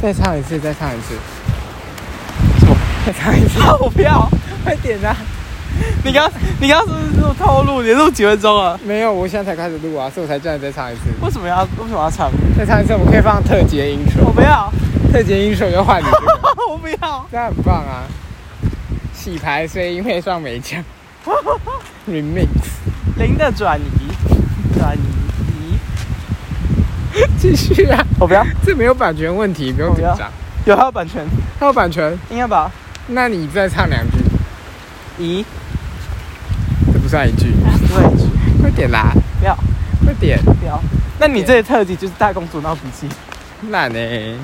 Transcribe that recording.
再唱一次，再唱一次。什么？再唱一次？我不要！快点啊！你刚你刚是不是录透露？你录几分钟了？没有，我现在才开始录啊，所以我才叫你再唱一次。为什么要为什么要唱？再唱一次，我们可以放特节 intro。我不要， 特节 intro 就换你、这个，我不要。 这样很棒啊！洗牌声音配上美酱 remix，零的转移，转移继续啊！我不要，这没有版权问题，不用紧我不张。有它有版权，它有版权，应该吧？那你再唱两句，移，这不算一句，对，快点啦，不要快点，不要。那你这个特辑就是大公主闹脾气，烂呢、欸？